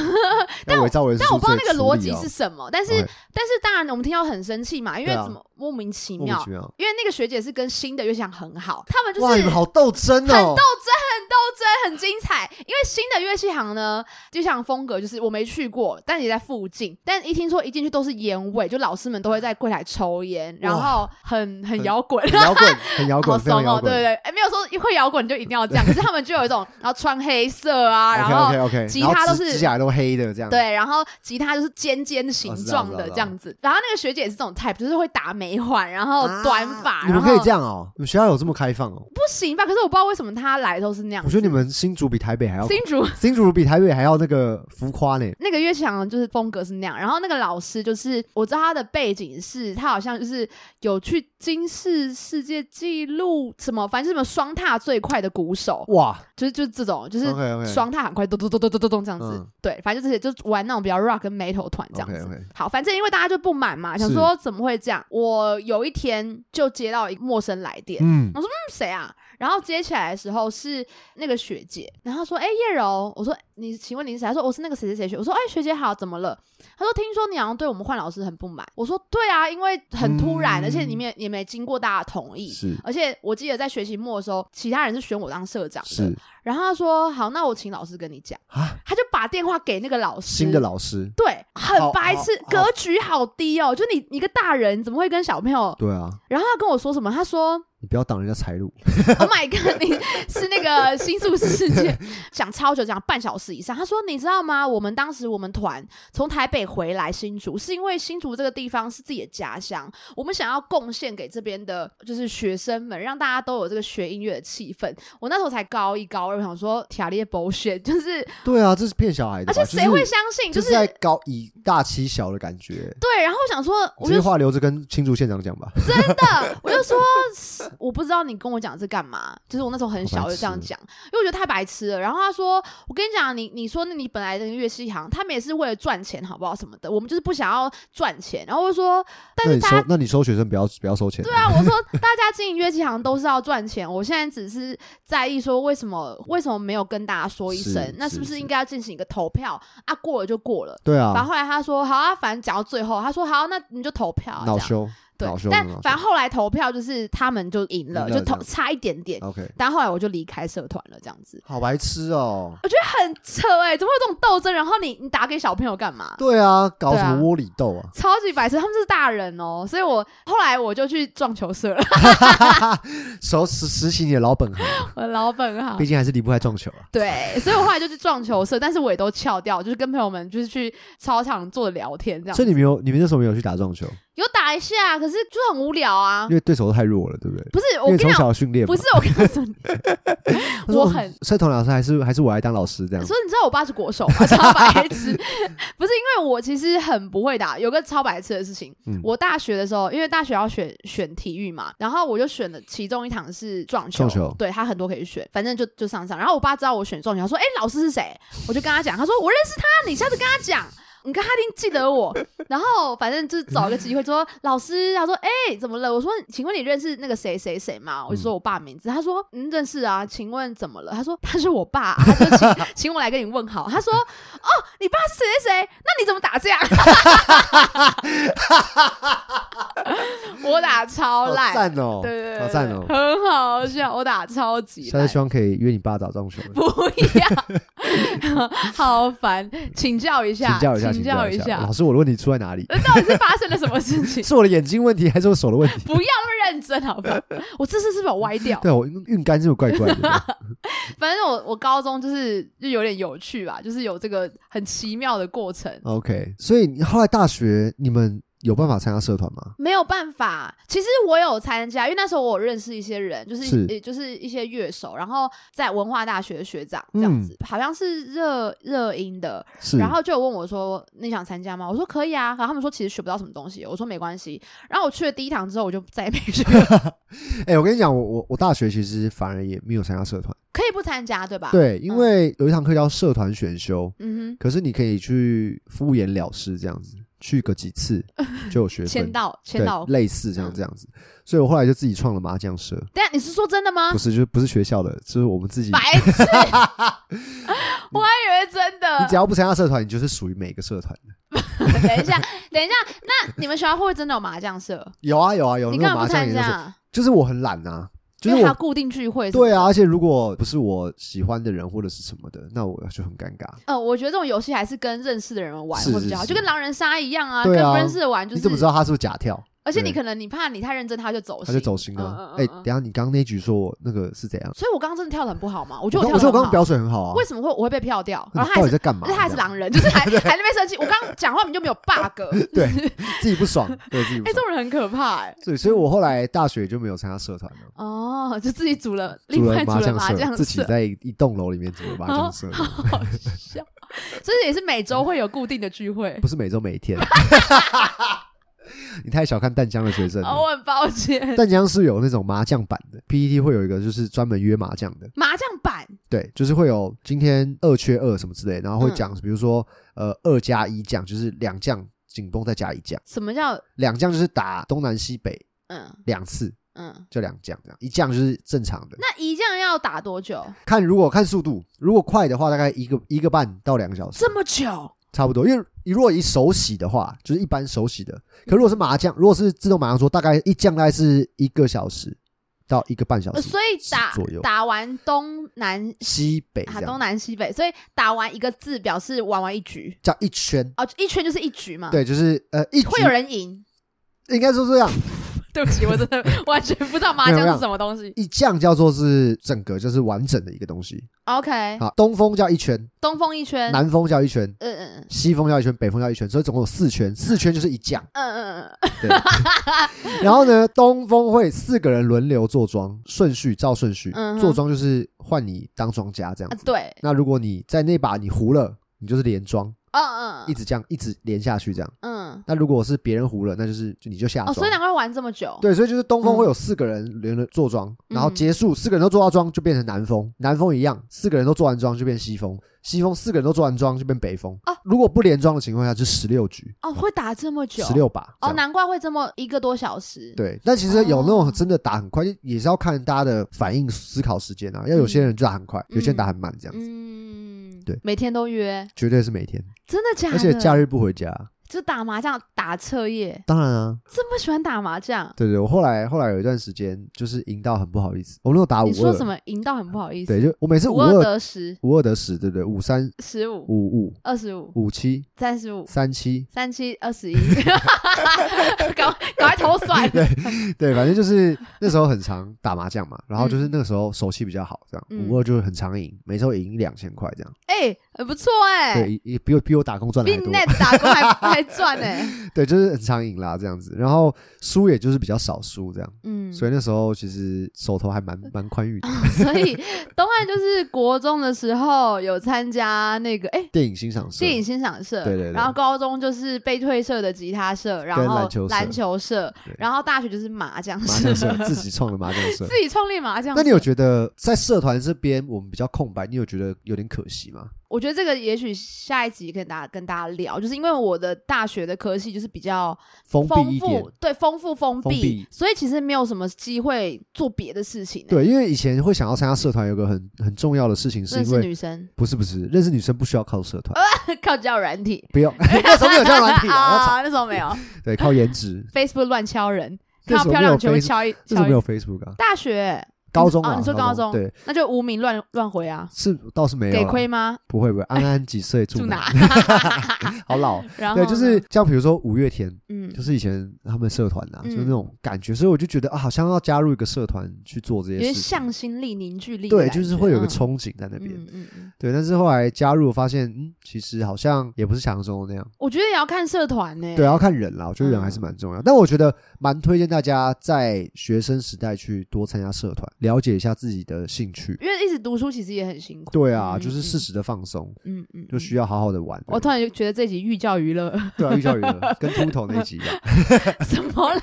C: 但伪造文书
B: 但我不知道
C: 最
B: 那个
C: 处
B: 逻
C: 理
B: 辑
C: 哦
B: 是什么，但是、
C: OK，
B: 但是当然我们听到很生气嘛，因为
C: 对啊
B: 怎么莫名其
C: 哦莫名
B: 妙，
C: 其妙。
B: 因为那个学姐是跟新的乐响很好，他们就是
C: 哇，你
B: 很
C: 们
B: 斗
C: 好斗争哦！
B: 争很精彩，因为新的乐器行呢，就像风格就是我没去过，但也在附近，但一听说一进去都是烟味，就老师们都会在柜台抽烟，然后很很
C: 很
B: 摇滚，
C: 很摇滚，很摇
B: 好
C: 滚，非常
B: 怂
C: 摇
B: 哦，对
C: 滚。
B: 对对，哎，没有说会摇滚就一定要这样，可是他们就有一种，然后穿黑色啊，然后
C: OK OK OK，
B: 吉他都是
C: 指甲都黑的这样。，
B: 对，然后吉他就是尖尖形状
C: 哦知道
B: 的
C: 知道
B: 这样子，然后那个学姐也是这种 type，就是会打眉环，然后短发，啊然
C: 你们
B: 后
C: 可以这样哦，你们学校有这么开放哦？
B: 不行吧？可是我不知道为什么她来的时候是那样
C: 我，觉得你们新竹比台北还要，
B: 新竹。
C: 新竹比台北还要那个浮夸呢。
B: 那个乐强就是风格是那样，然后那个老师就是我知道他的背景是他好像就是有去金氏世界纪录什么，反正是什么双踏最快的鼓手，
C: 哇
B: 就是就是这种就是
C: ，OK OK，
B: 双踏很快，咚咚咚咚咚咚咚这样子
C: 嗯，
B: 对，反正就这些就玩那种比较 rock 跟 metal 团这样
C: OK
B: 子。
C: OK，
B: 好，反正因为大家就不满嘛，想
C: 是
B: 说怎么会这样？我有一天就接到一个陌生来电，
C: 嗯
B: 我，嗯谁啊？然后接起来的时候是那个学姐，然后她说：“哎、叶柔，我说你，请问你是谁？”她说：“我是那个谁谁谁学。”我说：“哎、学姐好，怎么了？”她说：“听说你好像对我们换老师很不满。”我说：“对啊，因为很突然，
C: 嗯
B: 而且你们也也没经过大家同意。”
C: 是
B: 而且我记得在学期末的时候，其他人是选我当社长的
C: 是。
B: 然后她说：“好，那我请老师跟你讲。
C: 啊，”
B: 她就把电话给那个老师，
C: 新的老师，
B: 对，很
C: 好
B: 白痴，
C: 好
B: 格局好低哦！就你一个大人怎么会跟小朋友？
C: 对啊，
B: 然后他跟我说什么？他说
C: 你不要挡人家财路，
B: ：“Oh my god，你是那个新宿世界，讲超久，讲半小时以上。”他说：“你知道吗？我们当时我们团从台北回来新竹，是因为新竹这个地方是自己的家乡，我们想要贡献给这边的，就是学生们，让大家都有这个学音乐的气氛。我那时候才高一高二，我想说条列 bullshit，就是
C: 对啊，这是骗小孩的
B: 而且
C: 吧，
B: 谁会
C: 就是
B: 相信？
C: 就
B: 就是
C: 在高以大欺小的感觉。
B: 对，然后我想说，我就
C: 这些话留着跟青竹县长讲吧。
B: 真的，我就说我不知道你跟我讲这干嘛，就是我那时候很小
C: 好白
B: 就
C: 痴
B: 这样讲，因为我觉得太白痴了。然后他说，我跟你讲，你你说那你本来的乐器行，他们也是为了赚钱，好不好什么的，我们就是不想要赚钱。然后我就说，但
C: 那
B: 是
C: 你
B: 大
C: 收
B: 家。，
C: 那你收学生不要不要收钱。
B: 对啊，我说大家经营乐器行都是要赚钱，我现在只是在意说为什么为什么没有跟大家说一声
C: 是，
B: 那是不
C: 是
B: 是
C: 是
B: 应该要进行一个投票啊？过了就过了。
C: 对
B: 然
C: 啊
B: 后，后来他说好啊，反正讲到最后，他说好，那你就投票、啊，这
C: 恼
B: 样。
C: 羞，
B: 对
C: 恼羞，，
B: 但
C: 恼羞
B: 反正后来投票就是他们就赢了，
C: 赢了
B: 就投
C: 这样嗯
B: 差一点点。
C: OK，
B: 但后来我就离开社团了，这样子
C: 好白痴哦。
B: 很扯哎、怎么会有这种斗争？然后你你打给小朋友干嘛？
C: 对啊，搞
B: 对啊
C: 什么窝里斗啊？
B: 超级白痴，他们是大人哦，所以我后来我就去撞球社了，
C: 啊熟实实习你的老本行，啊
B: 我的老本行
C: 毕。竟还是离不开撞球啊。
B: 对，所以我后来就去撞球社，但是我也都翘掉，就是跟朋友们就是去操场坐着聊天这样啊
C: 所，以你没有，你们那时候没有去打撞球，
B: 有打一下，可是就是很无聊啊
C: 因。为对手都太弱了，对不对？
B: 不是，我
C: 因
B: 跟你
C: 为从
B: 讲，
C: 小训练嘛，
B: 不是我告诉你，
C: 他说
B: 我很
C: 社团老师还是还是我来当老师这样。
B: 所以你知道我爸是国手吗？ 超白痴，不是因为我其实很不会打，有个超白痴的事情，
C: 嗯
B: 我大学的时候，因为大学要选选体育嘛，然后我就选了其中一堂是撞球，
C: 撞球
B: 对他很多可以选，反正就就上上。然后我爸知道我选撞球，他说：“哎、老师是谁？”我就跟他讲，他说：“我认识他，你下次跟他讲。”你看他一定记得我。然后反正就是找一个机会说，老师，他说，哎、怎么了？我说，请问你认识那个谁谁谁吗？我就说我爸名字。他说，嗯，认识啊。请问怎么了？他说他是我爸、啊，他就请 请我来跟你问好。他说，哦，你爸是谁谁谁？那你怎么打这样？ 我打超
C: 好
B: 烂，
C: 赞哦，
B: 对对对，
C: 好赞哦。
B: 很好笑，我打超级
C: 下
B: 烂
C: 次。希望可以约你爸打撞球。
B: 不要， 好烦，请教一下，
C: 请教一下，
B: 请
C: 请教
B: 一
C: 一
B: 下呃
C: 下，，老师，我的问题出在哪里？
B: 到底是发生了什么事情？
C: 是我的眼睛问题， 还是我手的问题？
B: 不要那么认真，好不 好？我这次是不是有歪掉？
C: 对我运运杆是不是怪怪 的？
B: 反正我我高中就是就有点有趣吧，就是有这个很奇妙的过程。
C: 嗯 OK，所以你后来大学你们有办法参加社团吗？
B: 没有办法，其实我有参加，因为那时候我有认识一些人，就是
C: 是
B: 也就是一些乐手，然后在文化大学的学长这样子，好像是热热音的，
C: 嗯是，
B: 然后就有问我说：“你想参加吗？”我说：“可以啊。”然后他们说：“其实学不到什么东西。”我说：“没关系。”然后我去了第一堂之后，我就再也没 去了，
C: 哎、我跟你讲，我我我大学其实反而也没有参加社团，
B: 可以不参加，对吧？，
C: 对，因为有一堂课叫社团选修，
B: 嗯
C: 可是你可以去敷衍了事这样子，去个几次就有学
B: 哼，
C: 分
B: 签，到签
C: 对
B: 到，。
C: 类似这样
B: 嗯
C: 这样子，所以我后来就自己创了麻将社，
B: 但你是说真的吗
C: 不？是就是不是学校的，就是我们自己，
B: 白 痴，我还以为真
C: 你
B: 的
C: 只。要不参加社团，你就是属于每个社团的。
B: 等一下，等一下，那你们学校会不会真的有麻将社？
C: 有啊有啊有，
B: 你
C: 那
B: 干
C: 种
B: 嘛
C: 麻
B: 不
C: 将
B: 参
C: 也是，
B: 加？
C: 就是我很懒啊，就
B: 因为
C: 是
B: 还有
C: 我。
B: 固定聚会。
C: 对啊，。而且如果不是我喜欢的人或者是什么的，那我就很尴尬。
B: 呃，我觉得这种游戏还是跟认识的人玩
C: 是
B: 会比较好，
C: 是
B: 就跟狼人杀一样啊，
C: 对
B: 跟
C: 啊
B: 不认识的玩就
C: 你怎么知
B: 是。
C: 道他是不是假跳？
B: 而且你
C: 对
B: 可能你怕你太认真，他就走
C: 他
B: 心，
C: 就走心了
B: 嗯。
C: 哎、
B: 嗯嗯嗯
C: 等一下你刚刚那一局说我那个是怎样？
B: 所以我刚刚真的跳的很不好嘛，我
C: 我
B: 觉得
C: 刚
B: 我
C: 我
B: 跳
C: 觉
B: 的很
C: 得我
B: 好
C: 刚刚。标准很好啊。
B: 为什么会我会被票掉？
C: 那
B: 然后
C: 你
B: 他还
C: 到底
B: 是
C: 在干嘛？
B: 就是他还是
C: 这样
B: 狼人，就是 还还在那边生气。我刚刚讲话你就没有 bug，哎，
C: 对，自己不 爽，对自己不
B: 这
C: 爽。
B: 种人很可怕哎。
C: 对，所以我后来大学就没有参加社团了，
B: 哦，就自己组了，另
C: 组
B: 外
C: 了
B: 组
C: 麻
B: 了
C: 将
B: 麻将
C: 社，自己
B: 社，
C: 在一栋楼里面组了麻 将社，
B: 好笑。这也是每周会有固定的聚会。
C: 不是每周 每天。 你太小看淡江的学生了。
B: 哦，我很抱 歉。
C: 淡江是有那种麻将版的，PPT 会有一个就是专门约麻将的，
B: 麻将版
C: 对，就是会有今天二缺二什么之类，然后会
B: 嗯
C: 讲，比如说呃二加一将，就是两将紧绷再加一将，
B: 什么叫
C: 两将就是打东南西北
B: 嗯
C: 两次，
B: 嗯？
C: 就两将这样，一将就是正常的。
B: 那一将要打多久？
C: 看如果看速度，如果快的话，大概一个一个半到两个小时
B: 这，么久？
C: 差不多。因为你如果以手洗的话，就是一般手洗的，可如果是麻将，如果是自动麻将桌，大概一将大概是一个小时到一个半小
B: 呃
C: 时
B: 所以打
C: 左右，
B: 打完东南
C: 西北
B: 啊
C: 这
B: 东
C: 样，
B: 南西北，所以打完一个字表示玩完一局
C: 这样一圈。
B: 哦，一圈就是一局嘛。，
C: 对，就是呃，一局
B: 会有人赢。
C: 应该说这样，
B: 对不起，我真的 完全不知道麻将是什么东西。
C: 一将叫做是整个就是完整的一个东西。
B: OK，
C: 好，东风叫一圈，
B: 东风一圈，嗯
C: 南风叫一圈，
B: 嗯嗯
C: 西风叫一圈，北风叫一圈，所以总共有四圈，四圈就是一将。
B: 嗯嗯嗯，
C: 对。然后呢，东风会四个人轮流坐庄，顺序照顺序
B: 嗯，哼
C: 坐庄就是换你当庄家这样
B: 啊
C: 子。
B: 对，
C: 那如果你在那把你胡了，你就是连庄，
B: 嗯
C: 一
B: 嗯
C: 直这样一直连下去这样。
B: 嗯，
C: 那如果是别人胡了，那就是就你就下
B: 哦，
C: 庄。
B: 所以难怪玩这么久。
C: 对，所以就是东风
B: 嗯
C: 会有四个人轮流坐庄，然后结束四个人都坐到庄就变成南风，南风一样，四个人都坐完庄就变西风，西风四个人都坐完庄就变北风。
B: 哦
C: 如果不连庄的情况下，就十六局，
B: 哦，会打这么久，
C: 十六把。
B: 哦，
C: 这样
B: 难怪会这么一个多小时。，
C: 对，但其实有那种
B: 哦
C: 真的打很快，也是要看大家的反应、思考时间啊。要有些人就打很快，有些人打很慢，这样子
B: 嗯，
C: 对
B: 每天都约，
C: 绝对是每天，
B: 真的假的？
C: 而且假日不回家。
B: 就打麻将打彻夜，
C: 当然啊，
B: 这么喜欢打麻将？
C: 对对，我后来后来有一段时间就是赢到很不好意思，啊我那时候打五
B: 你说
C: 二，
B: 什么赢到很不好意思？
C: 对，就我每次
B: 五
C: 五
B: 二
C: 二
B: 得十，
C: 五二得十，对不对？五三
B: 十五、
C: 五五
B: 二十五、
C: 五七
B: 三十五、
C: 三七，
B: 三七、二十一， 赶快赶快投算。
C: 对，反正就是那时候很常打麻将嘛，然后就是那个时候手气比较好，这样
B: 嗯
C: 五二就是很常赢，每周赢两千块这样，
B: 哎、很不错哎、
C: 对，也比我比我打工赚的
B: 比
C: 还
B: 你
C: 多，
B: net 打工 还还赚哎、
C: 对，就是很常赢啦这样子，然后输也就是比较少输这样，
B: 嗯，啊
C: 所以那时候其实手头还蛮蛮宽裕的。
B: 所以东汉就是国中的时候有参加那个哎、
C: 电影欣赏社，
B: 电影欣赏社，
C: 对对对
B: 然后高中就是被退社的吉他社，然后
C: 篮球社
B: 篮球社
C: 对，
B: 然后大学就是麻将
C: 麻
B: 社，
C: 将社自己创的麻将社。
B: 自己创立麻将社。
C: 那你有觉得在社团这边我们比较空白，你有觉得有点可惜吗？
B: 我觉得这个也许下一集可以大家跟大家聊，就是因为我的大学的科系就是比较
C: 封闭
B: 丰
C: 一点
B: 富，，对，丰富封
C: 封闭
B: 所以其实没有什么机会做别的事情、欸。，
C: 对，因为以前会想要参加社团，有个很很重要的事情，是
B: 认
C: 因
B: 识
C: 为
B: 女生
C: 不是不是认识女生不需要靠社
B: 呃
C: 团，
B: 靠交友软体，
C: 不用 那时候没有叫软 体啊，我操
B: 啊，那时候没 有
C: 对，靠 颜值，
B: Facebook 乱敲人，
C: 那
B: 看
C: 时
B: 到
C: 候
B: 漂
C: 没有
B: 亮全部
C: Facebook，
B: 敲一
C: 那时
B: 敲
C: 候没
B: 一。
C: 有 Facebook 啊，
B: 大学
C: 高中啊，
B: 哦你说高中
C: 对，
B: 那就无名乱乱回啊，
C: 是倒是没有
B: 给
C: 啦
B: 亏吗？
C: 不会不会，安安几岁住
B: 住哪？
C: 好老，
B: 然后
C: 对，就是
B: 呢
C: 像比如说五月天，
B: 嗯
C: 就，是以前他们社团啊，
B: 嗯
C: 就是那种感觉，所以我就觉得啊，好像要加入一个社团去做这
B: 有
C: 些
B: 点
C: 事情。
B: 向心力、凝聚力的
C: 对，
B: 感觉，
C: 就是会有一个
B: 嗯
C: 憧憬在那边。
B: 嗯嗯嗯，
C: 对，但是后来加入，我发现嗯，其实好像也不是想象中的那样。
B: 我觉得也要看社团呢。
C: 对，要啊看人啦，我觉得人
B: 嗯
C: 还是蛮重要。但我觉得蛮推荐大家在学生时代去多参加社团，了解一下自己的兴趣。
B: 因为一直读书其实也很辛苦。
C: 对啊，
B: 嗯
C: 就是适，时的放松，
B: 嗯嗯嗯，
C: 就需要好好的玩。
B: 我突然就觉得这集寓教于乐，
C: 对啊，寓教于乐，跟秃头那一集一啊样。
B: 什么啦？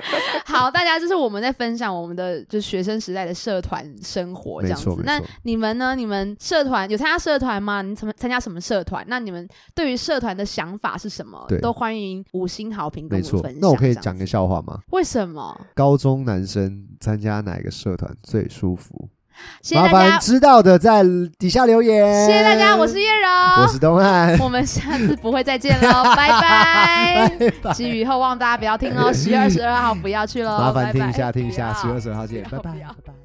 B: 好，大家就是我们在分享我们的就是学生时代的社团生活这样
C: 没
B: 子
C: 错没。
B: 那
C: 错
B: 你们呢？你们社团有参加社团吗？你参参加什么社团？那你们对于社团的想法是什么
C: 对？
B: 都欢迎五星好评跟
C: 没
B: 我们
C: 错
B: 分享。。
C: 那我可以
B: 这样
C: 讲
B: 子
C: 个笑话吗？
B: 为什么？
C: 高中男生参加哪个社团最舒服？
B: 谢谢
C: 麻
B: 大
C: 烦
B: 家，
C: 知道的在底下留言。
B: 谢谢大家，我是叶哦
C: 我
B: 柔，
C: 是东汉，
B: 我们下次不会再见喽，拜拜。寄 语后望大家不要听哦，十月二十二号不要去喽，
C: 麻烦
B: 拜
C: 听
B: 拜
C: 一下听一下，
B: 不要
C: 十月二十二号见，
B: 不
C: 拜
B: 要
C: 拜
B: 不要
C: 拜拜。